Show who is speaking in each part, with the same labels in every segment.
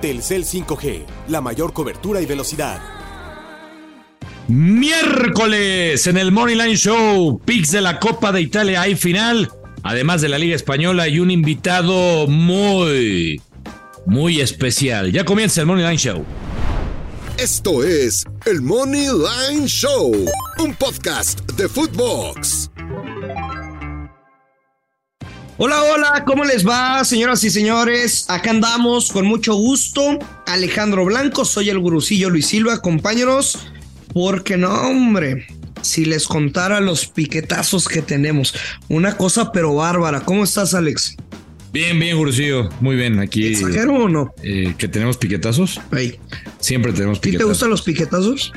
Speaker 1: Telcel 5G, la mayor cobertura y velocidad.
Speaker 2: Miércoles en el Money Line Show, Pix de la Copa de Italia hay final, además de la Liga Española y un invitado muy, muy especial. Ya comienza el Money Line Show.
Speaker 3: Esto es el Money Line Show, un podcast de Footbox.
Speaker 4: Hola, hola, ¿cómo les va, señoras y señores? Acá andamos con mucho gusto. Alejandro Blanco, soy el gurucillo Luis Silva, acompáñanos, porque no, hombre, si les contara los piquetazos que tenemos, una cosa pero bárbara. ¿Cómo estás, Alex?
Speaker 2: Bien, bien, gurucillo, muy bien. Aquí.
Speaker 4: ¿Exagero o no?
Speaker 2: eh, ¿Que tenemos piquetazos?
Speaker 4: Ey,
Speaker 2: Siempre tenemos
Speaker 4: ¿Sí te
Speaker 2: piquetazos.
Speaker 4: gustan los piquetazos?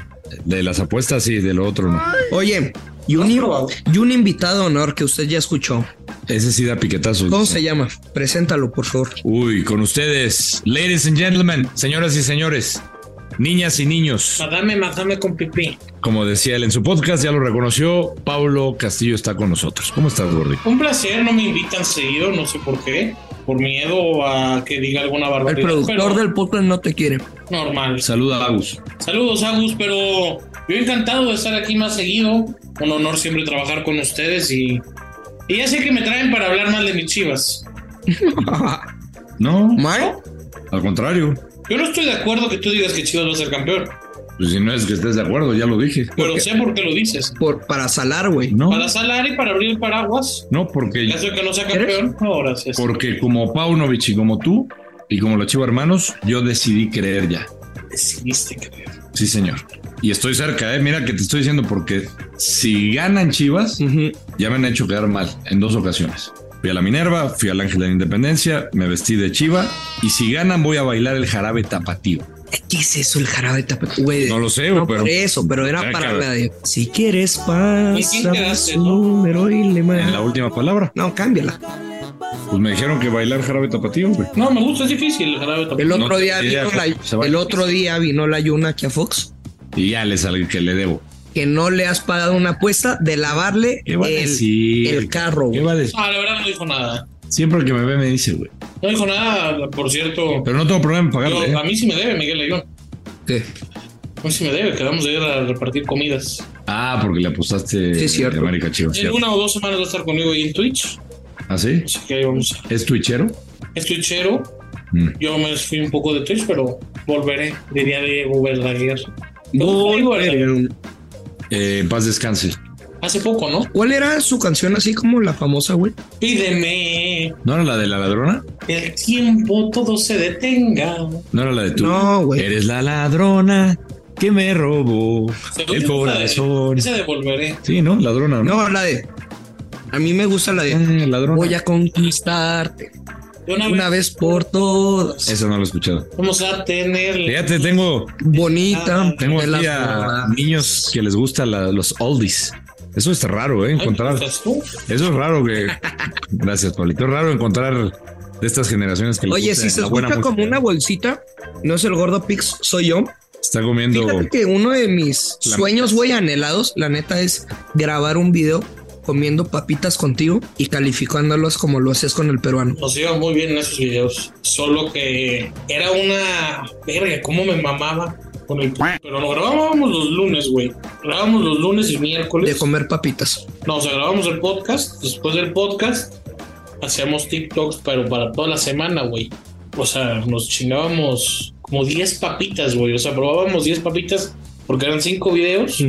Speaker 2: De las apuestas, sí, de lo otro no.
Speaker 4: Oye, y un, y un invitado de honor que usted ya escuchó.
Speaker 2: Ese sí da piquetazos.
Speaker 4: ¿Cómo se llama? Preséntalo, por favor.
Speaker 2: Uy, con ustedes, ladies and gentlemen, señoras y señores, niñas y niños.
Speaker 5: Madame, madame con pipí.
Speaker 2: Como decía él en su podcast, ya lo reconoció, Pablo Castillo está con nosotros. ¿Cómo estás, Gordy?
Speaker 5: Un placer, no me invitan seguido, no sé por qué. Por miedo a que diga alguna
Speaker 4: El
Speaker 5: barbaridad.
Speaker 4: productor
Speaker 5: pero
Speaker 4: del podcast no te quiere.
Speaker 5: Normal.
Speaker 2: Saluda a Agus.
Speaker 5: Saludos, Agus, pero yo encantado de estar aquí más seguido. Un honor siempre trabajar con ustedes y. Y ya sé que me traen para hablar más de mis chivas.
Speaker 2: No,
Speaker 4: ¿Mal?
Speaker 2: al contrario.
Speaker 5: Yo no estoy de acuerdo que tú digas que Chivas va a ser campeón,
Speaker 2: Pues si no es que estés de acuerdo, ya lo dije.
Speaker 5: pero sé por qué lo dices.
Speaker 4: Por, para salar, güey.
Speaker 2: No,
Speaker 5: Para salar y para abrir el paraguas.
Speaker 2: no,
Speaker 5: En
Speaker 2: porque,
Speaker 5: caso de que no sea
Speaker 4: ¿Eres?
Speaker 5: campeón, ahora sí. es-
Speaker 2: porque como Paunovic y como tú, y como los Chivo Hermanos, yo decidí creer ya.
Speaker 5: Decidiste creer.
Speaker 2: Sí, señor. Y estoy cerca, ¿eh? Mira que te estoy diciendo porque si ganan Chivas,
Speaker 4: Ujú.
Speaker 2: ya me han hecho quedar mal en dos ocasiones. Fui a la Minerva, fui al Ángel de la Independencia, me vestí de Chiva y si ganan voy a bailar el jarabe tapatío.
Speaker 4: ¿Qué es eso, el jarabe tapete? Güey,
Speaker 2: No lo sé,
Speaker 4: no
Speaker 2: pero
Speaker 4: por eso, pero era
Speaker 2: Ya,
Speaker 4: para
Speaker 2: cabrón.
Speaker 4: la de. Si quieres,
Speaker 5: ¿Y quién
Speaker 4: pasa
Speaker 5: quedaste,
Speaker 4: su
Speaker 5: no?
Speaker 4: número y le
Speaker 2: en la
Speaker 4: mando.
Speaker 2: última palabra,
Speaker 4: No, cámbiala.
Speaker 2: pues me dijeron que bailar jarabe tapatío, güey.
Speaker 5: No, me gusta, es difícil. el jarabe tapatío.
Speaker 4: El otro
Speaker 2: No,
Speaker 4: día
Speaker 2: sí, ya,
Speaker 4: vino la,
Speaker 2: se va.
Speaker 4: el otro día vino la Yuna aquí a Fox
Speaker 2: Y ya les al que le debo.
Speaker 4: que no le has pagado una apuesta de lavarle
Speaker 2: ¿Qué va a
Speaker 4: el,
Speaker 2: decir?
Speaker 4: el carro,
Speaker 2: ¿Qué
Speaker 4: güey.
Speaker 2: va a decir?
Speaker 5: Ah, la verdad no dijo nada.
Speaker 2: Siempre el que me ve me dice, güey.
Speaker 5: No dijo nada, por cierto.
Speaker 2: Pero no tengo problema en
Speaker 5: Yo-
Speaker 2: pagarle.
Speaker 5: a
Speaker 2: ¿eh?
Speaker 5: mí sí me debe, Miguel Ayón.
Speaker 4: ¿Qué?
Speaker 5: A mí sí me debe, quedamos de ir a repartir comidas.
Speaker 2: Ah, porque le apostaste
Speaker 4: Sí, es cierto.
Speaker 2: de América Chivas.
Speaker 5: En una o dos semanas va a estar conmigo ahí en Twitch.
Speaker 2: ¿Ah, sí?
Speaker 5: Así que ahí vamos.
Speaker 2: ¿Es twitchero?
Speaker 5: Es Twitchero.
Speaker 2: Mm.
Speaker 5: Yo me fui un poco de Twitch, pero volveré. Diría Diego Verdaguer. Diego Verdaguer.
Speaker 2: Eh, en paz descanse.
Speaker 5: Hace poco, ¿no?
Speaker 4: ¿Cuál era su canción así como la famosa, güey?
Speaker 5: Pídeme
Speaker 2: ¿No era la de la ladrona?
Speaker 5: el tiempo, todo se detenga.
Speaker 2: No era la de tú.
Speaker 4: No, güey.
Speaker 2: Eres la ladrona que me robó
Speaker 5: Según
Speaker 2: el
Speaker 5: yo,
Speaker 2: corazón.
Speaker 5: Esa de volveré.
Speaker 2: Sí, ¿no? Ladrona, ¿no?
Speaker 4: No, la de. A mí me gusta la de.
Speaker 2: Eh, ladrona.
Speaker 4: Voy a conquistarte
Speaker 5: De una,
Speaker 4: una
Speaker 5: vez
Speaker 4: vez por todas.
Speaker 2: Eso no lo he escuchado.
Speaker 5: vamos a tener.
Speaker 2: Fíjate, tengo,
Speaker 4: Bonita.
Speaker 2: tengo
Speaker 4: de las
Speaker 2: aquí a
Speaker 4: bodas.
Speaker 2: niños que les gustan la- los oldies. Eso está raro, ¿eh?
Speaker 5: Ay,
Speaker 2: Encontrar.
Speaker 5: ¿estás tú?
Speaker 2: Eso es raro que. Gracias, Pablito. Es raro encontrar de estas generaciones que les
Speaker 4: Oye,
Speaker 2: guste
Speaker 4: si se
Speaker 2: la buena
Speaker 4: escucha como
Speaker 2: música.
Speaker 4: una bolsita, no es el gordo Pix, soy yo.
Speaker 2: Está comiendo.
Speaker 4: Fíjate que uno de mis
Speaker 2: La-
Speaker 4: sueños, güey, anhelados, la neta, es grabar un video comiendo papitas contigo y calificándolos como lo hacías con el peruano.
Speaker 5: Nos iba muy bien en esos videos. Solo que era una. Verga, cómo me mamaba con el. Pero lo grabábamos los lunes, güey. Grabábamos los lunes y
Speaker 4: De
Speaker 5: miércoles.
Speaker 4: comer papitas.
Speaker 5: No, o sea, grabábamos el podcast. Después del podcast, hacíamos TikToks, pero para toda la semana, güey. O sea, nos chingábamos como 10 papitas, güey. O sea, probábamos 10 papitas porque eran 5 videos.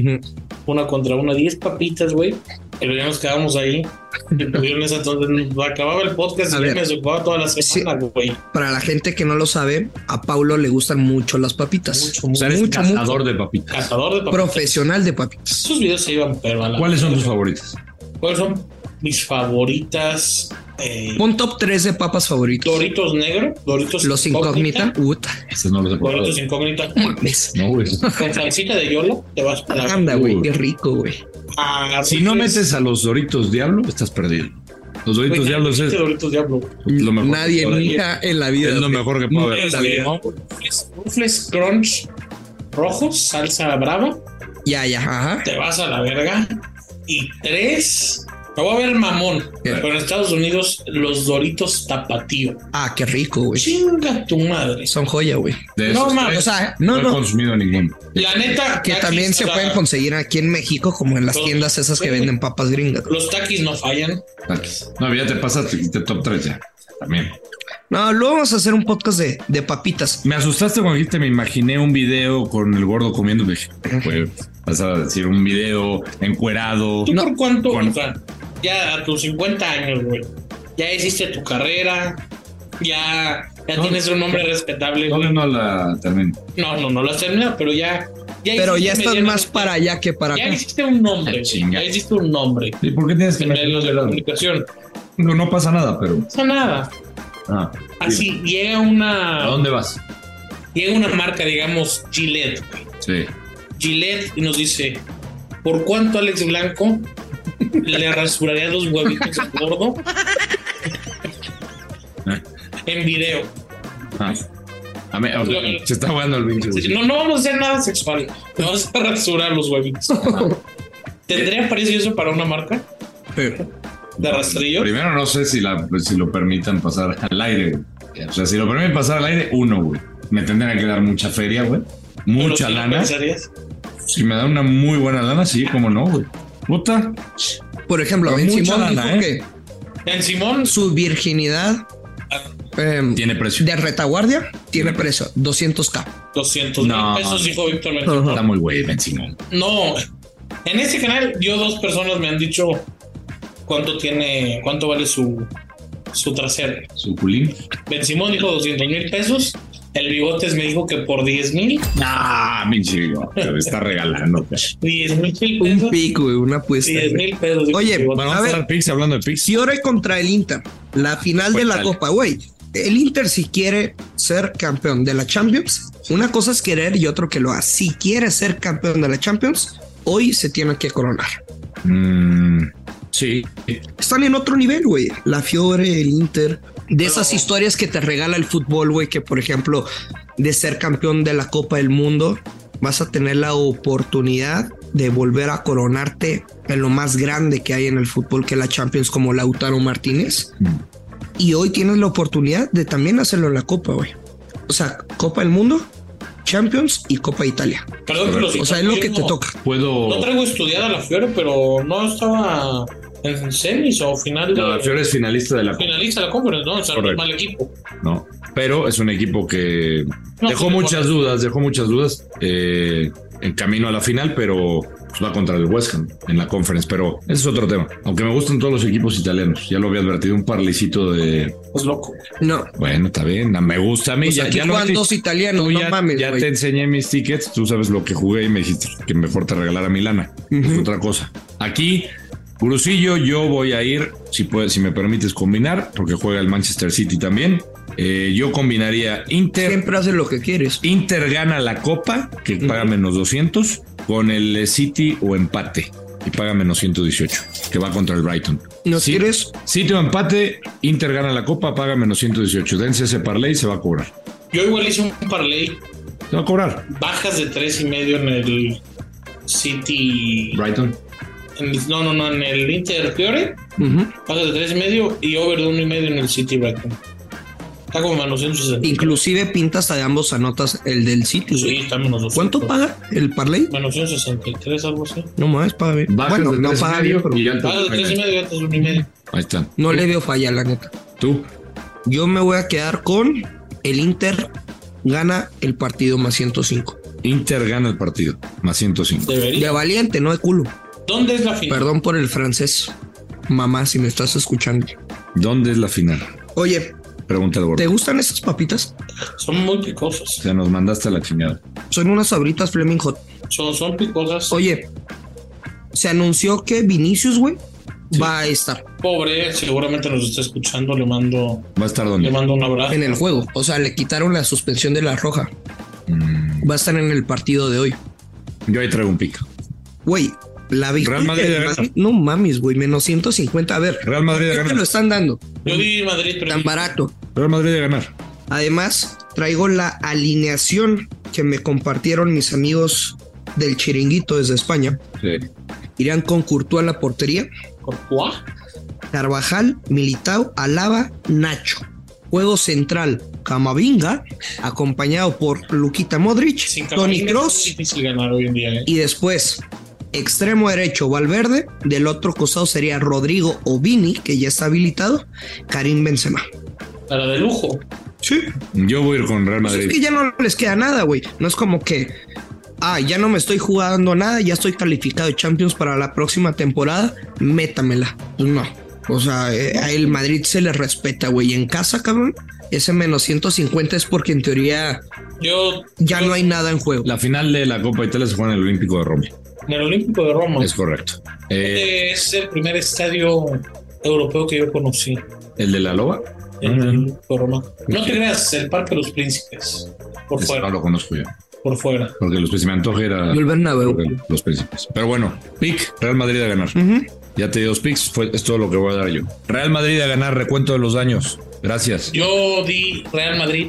Speaker 5: Una contra una, 10 papitas, güey. Y luego ya nos quedábamos ahí. pues, Estuvieron esa- entonces, pues, acababa el podcast
Speaker 4: A
Speaker 5: y ya
Speaker 4: ver.
Speaker 5: me ocupaba toda la semana, güey.
Speaker 4: Para la gente que no lo sabe, a Paulo le gustan mucho las papitas.
Speaker 5: Mucho,
Speaker 2: O
Speaker 5: mucho.
Speaker 2: sea, eres
Speaker 4: mucho,
Speaker 2: cazador de papitas.
Speaker 5: Cazador de papitas.
Speaker 4: Profesional de papitas.
Speaker 5: Esos videos se iban, pero a la-
Speaker 2: ¿Cuáles son tus favoritas?
Speaker 5: ¿Cuáles son mis favoritas? Eh,
Speaker 4: Un top 3 de papas favoritos.
Speaker 5: Doritos negro, Doritos
Speaker 4: Los incógnita. Puta,
Speaker 2: Estas no las he probado.
Speaker 5: Doritos incógnita.
Speaker 4: mames.
Speaker 2: No, güey.
Speaker 5: Con salsita de yola te vas para
Speaker 4: Anda, güey, qué rico, güey.
Speaker 5: Ah,
Speaker 2: Si no
Speaker 5: pues,
Speaker 2: metes a los Doritos Diablo, estás perdido. Los
Speaker 5: güey,
Speaker 2: Doritos Diablos es
Speaker 5: este Doritos Diablo.
Speaker 2: lo mejor.
Speaker 4: Nadie
Speaker 2: Ahora,
Speaker 4: nunca en la vida.
Speaker 2: Es lo
Speaker 4: güey.
Speaker 2: mejor que puedo haber.
Speaker 4: Está bien.
Speaker 5: Este, Ruffles- Ruffles Crunch rojos, salsa brava,
Speaker 4: Ya, ya, ajá.
Speaker 5: te vas a la verga. Y tres, Me voy a ver mamón.
Speaker 4: ¿Qué?
Speaker 5: Pero en Estados Unidos, los doritos tapatío.
Speaker 4: Ah, qué rico, güey.
Speaker 5: Chinga tu madre.
Speaker 4: Son joya, güey.
Speaker 2: De
Speaker 5: No,
Speaker 2: esos
Speaker 5: ma,
Speaker 2: tres,
Speaker 4: O sea, no,
Speaker 2: no, he
Speaker 4: no.
Speaker 2: consumido ninguno.
Speaker 5: La neta.
Speaker 4: Que
Speaker 5: taquis,
Speaker 4: también se
Speaker 5: o sea,
Speaker 4: pueden conseguir aquí en México, como en las
Speaker 5: Los-
Speaker 4: tiendas esas que venden papas gringas. güey.
Speaker 5: Los taquis no fallan.
Speaker 2: Taquis. No, ya te pasa de top 3 ya. También.
Speaker 4: No, luego vamos a hacer un podcast de, de papitas.
Speaker 2: Me asustaste cuando dijiste, me imaginé un video con el gordo comiendo. Dije, güey, vas a decir un video encuerado.
Speaker 5: ¿Tú
Speaker 4: No.
Speaker 5: por cuánto?
Speaker 2: Bueno.
Speaker 5: O sea, ya a tus 50 años, güey. Ya hiciste tu carrera. Ya, ya
Speaker 2: No.
Speaker 5: tienes un nombre respetable,
Speaker 2: No,
Speaker 5: güey.
Speaker 2: no, no la termino.
Speaker 5: No, no, no lo has terminado, pero ya. ya
Speaker 4: Pero
Speaker 5: hiciste
Speaker 4: ya estás
Speaker 5: medianamente-
Speaker 4: más para allá que para
Speaker 5: Ya
Speaker 4: acá.
Speaker 5: hiciste un nombre.
Speaker 2: Ah,
Speaker 5: güey.
Speaker 2: chinga.
Speaker 5: Ya hiciste un nombre.
Speaker 2: ¿Y por qué tienes que
Speaker 5: En medios de
Speaker 2: imaginar?
Speaker 5: comunicación.
Speaker 2: No, no pasa nada, pero.
Speaker 5: No pasa nada.
Speaker 2: Ah,
Speaker 5: Así
Speaker 2: dime,
Speaker 5: llega una.
Speaker 2: ¿A dónde vas?
Speaker 5: Llega una marca, digamos, Gillette. güey.
Speaker 2: Sí.
Speaker 5: Gillette y nos dice: ¿Por cuánto Alex Blanco le rasuraría dos huevitos al gordo? en video.
Speaker 2: Ah. A mí, o sea,
Speaker 5: Lo-
Speaker 2: se está jugando el pinche.
Speaker 5: No, no vamos a hacer nada sexual. Le vamos a rasurar los huevitos. ¿Tendría precio eso para una marca de rastrillo?
Speaker 2: Primero, no sé si, la, pues, si lo permitan pasar al aire. O sea, si lo permiten pasar al aire, uno, güey. Me tendrían que dar mucha feria, güey.
Speaker 5: Pero
Speaker 2: Mucha
Speaker 5: sí lo
Speaker 2: lana.
Speaker 5: pensarías.
Speaker 2: Si me dan una muy buena lana, sí, cómo no, güey. Puta.
Speaker 4: Por ejemplo,
Speaker 2: Pero
Speaker 4: Ben
Speaker 2: mucha
Speaker 4: Simón
Speaker 2: lana,
Speaker 4: dijo
Speaker 2: ¿eh?
Speaker 5: En Simón,
Speaker 4: que su virginidad em,
Speaker 2: Tiene precio.
Speaker 4: de retaguardia tiene preso 200k.
Speaker 5: 200 mil
Speaker 2: No.
Speaker 5: pesos, dijo Víctor Ben Simón.
Speaker 2: Está muy güey, Ben Simón.
Speaker 5: No, en este canal yo dos personas me han dicho cuánto tiene, cuánto vale su, su trasero.
Speaker 2: Su culín.
Speaker 5: Ben Simón dijo 200 mil pesos, el Bigotes me dijo que por 10 mil,
Speaker 2: Ah, pinche, no, te lo está regalando. güey.
Speaker 5: 10 mil
Speaker 4: Un
Speaker 5: pesos,
Speaker 4: pico, güey, una apuesta.
Speaker 5: 10
Speaker 4: güey.
Speaker 5: mil pesos. dijo
Speaker 4: Oye,
Speaker 5: el Bigotes.
Speaker 6: Bueno,
Speaker 4: A
Speaker 6: vamos a
Speaker 4: ver.
Speaker 6: hablar Pix hablando de Pix.
Speaker 4: Fiore contra el Inter, la final de
Speaker 2: Pues
Speaker 4: la
Speaker 2: dale.
Speaker 4: Copa, güey. El Inter si quiere ser campeón de la Champions, una cosa es querer y otro que lo haga. Si quiere ser campeón de la Champions, hoy se tiene que coronar.
Speaker 2: Mm,
Speaker 6: Sí.
Speaker 4: Están en otro nivel, güey. La Fiore, el Inter, de esas
Speaker 5: Pero-
Speaker 4: historias que te regala el fútbol, güey, que por ejemplo, de ser campeón de la Copa del Mundo, vas a tener la oportunidad de volver a coronarte en lo más grande que hay en el fútbol, que es la Champions, como Lautaro Martínez.
Speaker 2: mm.
Speaker 4: Y hoy tienes la oportunidad de también hacerlo en la Copa, güey. O sea, Copa del Mundo, Champions y Copa de Italia.
Speaker 5: perdón, pero si
Speaker 4: O sea, es
Speaker 5: no
Speaker 4: lo que te
Speaker 5: tengo-
Speaker 4: toca.
Speaker 2: Puedo.
Speaker 5: No traigo estudiada la Fiore, pero no estaba en semis o final de
Speaker 2: No, la Fiore es finalista de la Copa,
Speaker 5: finaliza la conference, ¿no? O sea,
Speaker 2: Correcto.
Speaker 5: mal equipo.
Speaker 2: ¿no? Pero es un equipo que
Speaker 5: No,
Speaker 2: dejó
Speaker 5: sí,
Speaker 2: muchas dudas, dejó muchas dudas eh, en camino a la final, pero pues, va contra el West Ham en la conference. Pero ese es otro tema. Aunque me gustan todos los equipos italianos, ya lo había advertido, un parlicito de.
Speaker 5: Es pues loco.
Speaker 4: No.
Speaker 2: Bueno, está bien, no, me gusta a mí.
Speaker 4: O sea,
Speaker 2: ya,
Speaker 4: Pues aquí
Speaker 2: ya lo
Speaker 4: juegan
Speaker 2: metí.
Speaker 4: dos italianos,
Speaker 2: Tú
Speaker 4: no
Speaker 2: ya,
Speaker 4: mames,
Speaker 2: ya
Speaker 4: güey.
Speaker 2: te enseñé mis tickets, tú sabes lo que jugué y me dijiste que mejor te regalara mi lana. Es
Speaker 4: Ujú.
Speaker 2: otra cosa. Aquí, Gurusillo, yo voy a ir, si, puedes, si me permites combinar, porque juega el Manchester City también. Eh, yo combinaría Inter.
Speaker 4: Siempre haces lo que quieres.
Speaker 2: Inter gana la copa, que paga menos 200, con el eh, City o empate, y paga menos 118, que va contra el Brighton.
Speaker 4: ¿No
Speaker 2: Sí.
Speaker 4: quieres?
Speaker 2: City o empate, Inter gana la copa, paga menos 118. Dense ese parlay, se va a cobrar.
Speaker 5: Yo igual hice un parlay
Speaker 2: Se va a cobrar.
Speaker 5: bajas de tres y medio en el City.
Speaker 2: Brighton.
Speaker 5: en el- no, no, no, en el Inter Fiore.
Speaker 4: Ujú.
Speaker 5: Bajas de tres y medio y over de uno y medio en el City Brighton. Está como menos 160.
Speaker 4: Inclusive pintas de ambos anotas el del sitio.
Speaker 5: Sí, está menos 200.
Speaker 4: ¿Cuánto paga el parlay?
Speaker 5: Menos 163, algo así.
Speaker 4: No más, paga bien.
Speaker 2: Bajas
Speaker 4: Bueno,
Speaker 2: de
Speaker 4: no
Speaker 2: tres y
Speaker 4: paga
Speaker 2: medio
Speaker 4: bien, pero
Speaker 2: y ya el
Speaker 5: Bajas de
Speaker 2: total.
Speaker 5: tres y medio antes de uno y medio.
Speaker 2: Ahí están.
Speaker 4: no le veo falla, la neta.
Speaker 2: Tú,
Speaker 4: Yo me voy a quedar con el Inter gana el partido más 105.
Speaker 2: Inter gana el partido, más 105.
Speaker 5: Debería.
Speaker 4: De valiente, no de culo.
Speaker 5: ¿Dónde es la final?
Speaker 4: Perdón por el francés. Mamá, si me estás escuchando.
Speaker 2: ¿Dónde es la final?
Speaker 4: Oye,
Speaker 2: Pregunta el gordo.
Speaker 4: ¿te gustan esas papitas?
Speaker 5: Son muy picosas.
Speaker 2: Se nos mandaste a la chingada.
Speaker 4: Son unas sabritas Fleming Hot.
Speaker 5: Son, son picosas.
Speaker 4: Oye, se anunció que Vinicius, güey, va a estar
Speaker 5: Pobre, seguramente nos está escuchando. Le mando,
Speaker 2: ¿Va a estar
Speaker 5: le
Speaker 2: dónde?
Speaker 5: mando un abrazo.
Speaker 4: en el juego. O sea, le quitaron la suspensión de la roja.
Speaker 2: Mm,
Speaker 4: Va a estar en el partido de hoy.
Speaker 2: yo ahí traigo un pico.
Speaker 4: Güey, la victoria.
Speaker 2: Real Madrid
Speaker 4: del
Speaker 2: gana.
Speaker 4: Madrid- no mames, güey, menos 150. A ver,
Speaker 2: Real Madrid de
Speaker 4: ¿qué te lo
Speaker 2: ganar.
Speaker 4: están dando?
Speaker 5: Yo di Madrid, pero.
Speaker 4: Tan barato.
Speaker 2: Real Madrid de ganar.
Speaker 4: Además, traigo la alineación que me compartieron mis amigos del chiringuito desde España.
Speaker 2: Sí.
Speaker 4: Irán con Courtois a la portería,
Speaker 5: Courtois.
Speaker 4: Carvajal, Militao, Alaba, Nacho. Juego central, Camavinga, acompañado por Luquita Modric,
Speaker 5: Sin
Speaker 4: Tony
Speaker 5: Camavinga Es
Speaker 4: Cross
Speaker 5: muy difícil ganar hoy en día. ¿eh?
Speaker 4: y después extremo derecho Valverde, del otro costado sería Rodrigo Ovini, que ya está habilitado, Karim Benzema.
Speaker 5: Para de lujo.
Speaker 4: Sí,
Speaker 2: Yo voy a ir con Real
Speaker 4: Pues
Speaker 2: Madrid.
Speaker 4: es que ya no les queda nada, güey. No es como que, ah, ya no me estoy jugando nada, ya estoy calificado de Champions para la próxima temporada, métamela. Pues no. O sea, eh, a el Madrid se le respeta, güey. Y en casa, cabrón, ese menos 150 es porque en teoría
Speaker 5: Yo
Speaker 4: ya no hay nada en juego.
Speaker 2: La final de la Copa de Italia se juega en el Olímpico de Roma.
Speaker 5: en el Olímpico de Roma.
Speaker 2: Es correcto. Eh,
Speaker 5: Este es el primer estadio europeo que yo conocí.
Speaker 2: ¿El de la Loba?
Speaker 5: el
Speaker 2: Ujú.
Speaker 5: Olímpico de Roma. No te creas, el Parque de los Príncipes. Por
Speaker 2: Ese No
Speaker 5: fuera,
Speaker 2: lo conozco yo.
Speaker 5: por fuera.
Speaker 2: Porque los que se me antoja era
Speaker 4: Yo el Bernabéu.
Speaker 2: los príncipes. Pero bueno, pick Real Madrid a ganar.
Speaker 4: Ujú.
Speaker 2: Ya te di dos picks, fue, es todo lo que voy a dar yo. Real Madrid a ganar, recuento de los daños. Gracias.
Speaker 5: Yo di Real Madrid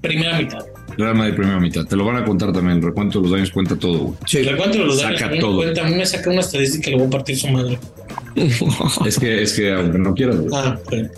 Speaker 5: primera mitad.
Speaker 2: Real Madrid primera mitad. Te lo van a contar también. el Recuento de los daños cuenta todo. güey.
Speaker 5: El recuento de los
Speaker 2: Saca
Speaker 5: daños a mí me
Speaker 2: todo.
Speaker 5: cuenta, a mí me saca una estadística y le voy a partir su madre.
Speaker 2: Es que, es que aunque no quieras. güey.
Speaker 5: Ah, pues.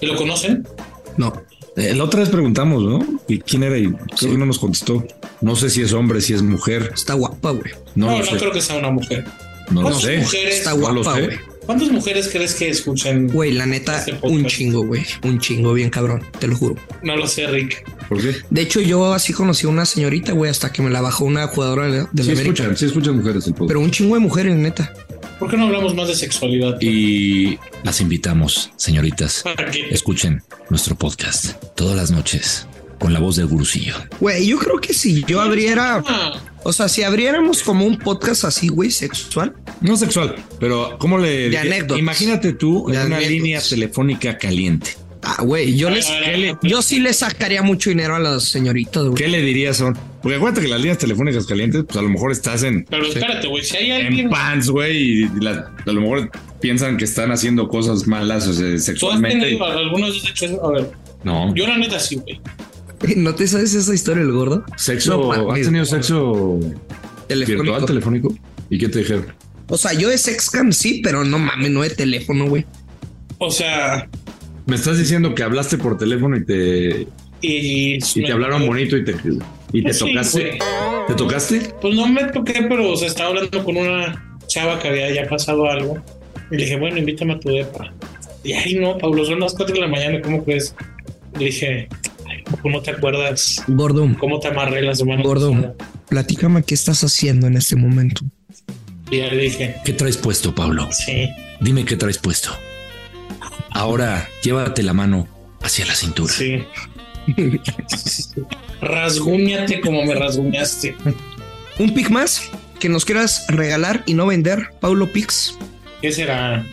Speaker 5: ¿Y lo conocen?
Speaker 4: No.
Speaker 2: Eh, La otra vez preguntamos, ¿no? ¿Y quién era? Y creo que no nos contestó. No sé si es hombre, si es mujer.
Speaker 4: Está guapa, güey.
Speaker 2: No,
Speaker 5: No, no,
Speaker 2: lo sé.
Speaker 5: creo que sea una mujer.
Speaker 2: No lo
Speaker 5: ¿Cuántas
Speaker 2: sé.
Speaker 5: mujeres?
Speaker 4: Está
Speaker 2: No lo
Speaker 4: guapa,
Speaker 2: sé.
Speaker 4: güey.
Speaker 5: ¿Cuántas mujeres crees que escuchan?
Speaker 4: Güey, la neta,
Speaker 5: Este podcast.
Speaker 4: un chingo, güey. Un chingo, bien cabrón. Te lo juro.
Speaker 5: No lo sé, Rick.
Speaker 2: ¿Por qué?
Speaker 4: De hecho, yo así conocí a una señorita, güey, hasta que me la bajó una jugadora de, de
Speaker 2: Sí
Speaker 4: la América.
Speaker 2: escuchan, sí escuchan mujeres el podcast.
Speaker 4: Pero un chingo de mujeres, neta.
Speaker 5: ¿Por qué no hablamos más de sexualidad?
Speaker 2: Y las invitamos, señoritas.
Speaker 5: ¿Para qué?
Speaker 2: Escuchen nuestro podcast todas las noches con la voz del gurusillo.
Speaker 4: Güey, yo creo que si yo abriera,
Speaker 5: Ah,
Speaker 4: o sea, si abriéramos como un podcast así, güey, sexual,
Speaker 2: No sexual, pero ¿cómo le...
Speaker 4: De anécdotas.
Speaker 2: Imagínate tú en
Speaker 4: De
Speaker 2: una
Speaker 4: anécdotas.
Speaker 2: línea telefónica caliente.
Speaker 4: ah, güey, yo les,
Speaker 5: ¿Qué le-
Speaker 4: yo sí le sacaría mucho dinero a las señoritas, güey.
Speaker 2: ¿Qué le dirías a un... Porque acuérdate que las líneas telefónicas calientes, pues a lo mejor estás en,
Speaker 5: pero espérate, güey. Si hay
Speaker 2: en
Speaker 5: alguien.
Speaker 2: pants, güey, y la- a lo mejor piensan que están haciendo cosas malas o sea,
Speaker 5: ¿Tú has
Speaker 2: sexualmente.
Speaker 5: tenido algunos has hecho eso? A ver,
Speaker 2: No.
Speaker 5: yo la neta sí, güey.
Speaker 4: ¿No te sabes esa historia del gordo?
Speaker 2: Sexo,
Speaker 4: No, pa-
Speaker 2: ¿Has tenido sexo virtual,
Speaker 4: Telefónico.
Speaker 2: telefónico? ¿Y qué te dijeron?
Speaker 4: O sea, yo de sexcam sí, pero no mames, no de teléfono, güey.
Speaker 5: O sea,
Speaker 2: Me estás diciendo que hablaste por teléfono y te,
Speaker 5: y. pues
Speaker 2: y te hablaron bonito y te, y te
Speaker 5: Sí,
Speaker 2: tocaste.
Speaker 5: güey.
Speaker 2: ¿Te tocaste?
Speaker 5: Pues no me toqué, pero o sea, estaba hablando con una chava que había ya pasado algo. Y le dije, bueno, invítame a tu depa. Y ay, no, Pablo, son las 4 de la mañana, ¿cómo crees? Le dije, ay, ¿cómo te acuerdas?
Speaker 4: Gordo,
Speaker 5: ¿Cómo te amarré la semana
Speaker 4: Gordo.
Speaker 5: pasada?
Speaker 4: platícame qué estás haciendo en este momento.
Speaker 5: Y ya le dije,
Speaker 6: ¿Qué traes puesto, Pablo?
Speaker 5: sí.
Speaker 6: Dime qué traes puesto. Ahora llévate la mano hacia la cintura.
Speaker 5: Sí. Rasguñate como me rasguñaste.
Speaker 4: Un pick más que nos quieras regalar y no vender, Paulo Pix.
Speaker 5: ¿Qué será?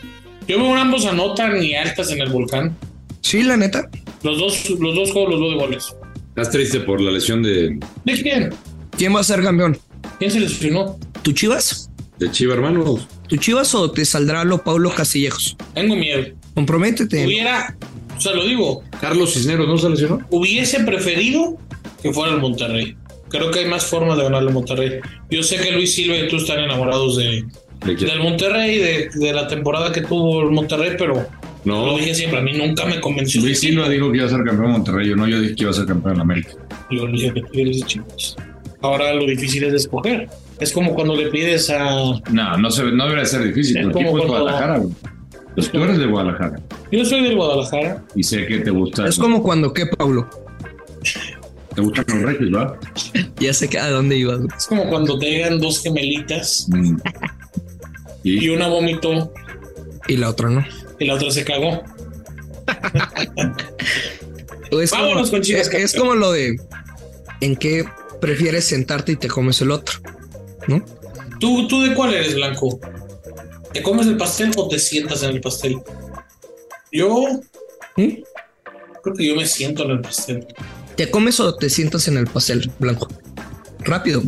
Speaker 5: Yo veo ambos anotan y altas en el volcán.
Speaker 4: Sí, la neta.
Speaker 5: Los dos, los dos juegos los dos de goles.
Speaker 2: ¿Estás triste por la lesión de,
Speaker 5: ¿De quién?
Speaker 4: ¿Quién va a ser campeón?
Speaker 5: ¿Quién se lesionó?
Speaker 4: ¿Tú chivas?
Speaker 2: de Chiva, hermano?
Speaker 4: ¿Tú chivas o te saldrá lo Paulo Castillejos?
Speaker 5: Tengo miedo.
Speaker 4: Comprométete.
Speaker 5: Hubiera, o sea, lo digo,
Speaker 2: Carlos Cisneros no se lesionó.
Speaker 5: hubiese preferido que fuera el Monterrey. Creo que hay más formas de ganarle al Monterrey. Yo sé que Luis Silva y tú están enamorados de,
Speaker 2: ¿De quién?
Speaker 5: del Monterrey, de, de la temporada que tuvo el Monterrey, pero
Speaker 2: No.
Speaker 5: lo dije siempre, a mí nunca me convenció.
Speaker 2: Luis
Speaker 5: ese
Speaker 2: Silva
Speaker 5: equipo.
Speaker 2: dijo que iba a ser campeón de Monterrey. Yo no, yo dije que iba a ser campeón en América.
Speaker 5: Yo le dije, "Tú eres de Chivas". Ahora lo difícil es escoger. Es como cuando le pides a.
Speaker 2: No, no, se, no debería ser difícil.
Speaker 5: Es
Speaker 2: Tu
Speaker 5: como
Speaker 2: equipo es
Speaker 5: cuando-
Speaker 2: Guadalajara, güey. Pues tú eres de Guadalajara
Speaker 5: Yo soy del Guadalajara.
Speaker 2: y sé que te gusta.
Speaker 4: Es como cuando, ¿qué, Paulo?
Speaker 2: Te gustan los reyes, ¿verdad?
Speaker 4: Ya sé que a dónde ibas. güey.
Speaker 5: Es como cuando te llegan dos gemelitas
Speaker 2: Mm.
Speaker 5: y
Speaker 2: Y
Speaker 5: una vomitó
Speaker 4: Y la otra no.
Speaker 5: y la otra se cagó.
Speaker 4: Es
Speaker 5: Vámonos con Chivas,
Speaker 4: es- es
Speaker 5: campeón.
Speaker 4: como lo de en qué prefieres sentarte y te comes el otro. ¿No?
Speaker 5: ¿Tú, ¿Tú de cuál eres, Blanco? ¿Te comes el pastel o te sientas en el pastel? Yo
Speaker 4: ¿Mm?
Speaker 5: creo que yo me siento en el pastel.
Speaker 4: ¿Te comes o te sientas en el pastel blanco? Rápido.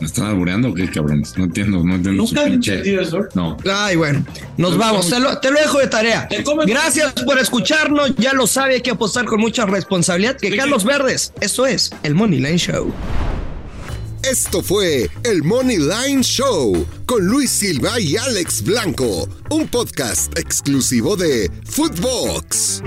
Speaker 2: me están albureando, o ¿qué cabrones? No entiendo, no entiendo.
Speaker 5: Nunca
Speaker 2: su
Speaker 5: he
Speaker 2: pinche-
Speaker 5: entendido eso.
Speaker 2: No,
Speaker 4: Ay, bueno, nos vamos. Te lo, te lo dejo de tarea.
Speaker 5: Te comes-
Speaker 4: Gracias por escucharnos. Ya lo sabe, hay que apostar con mucha responsabilidad. Que
Speaker 5: Sí,
Speaker 4: Carlos Verdes, esto es el Money Line Show.
Speaker 3: Esto fue el Money Line Show con Luis Silva y Alex Blanco, un podcast exclusivo de Footbox.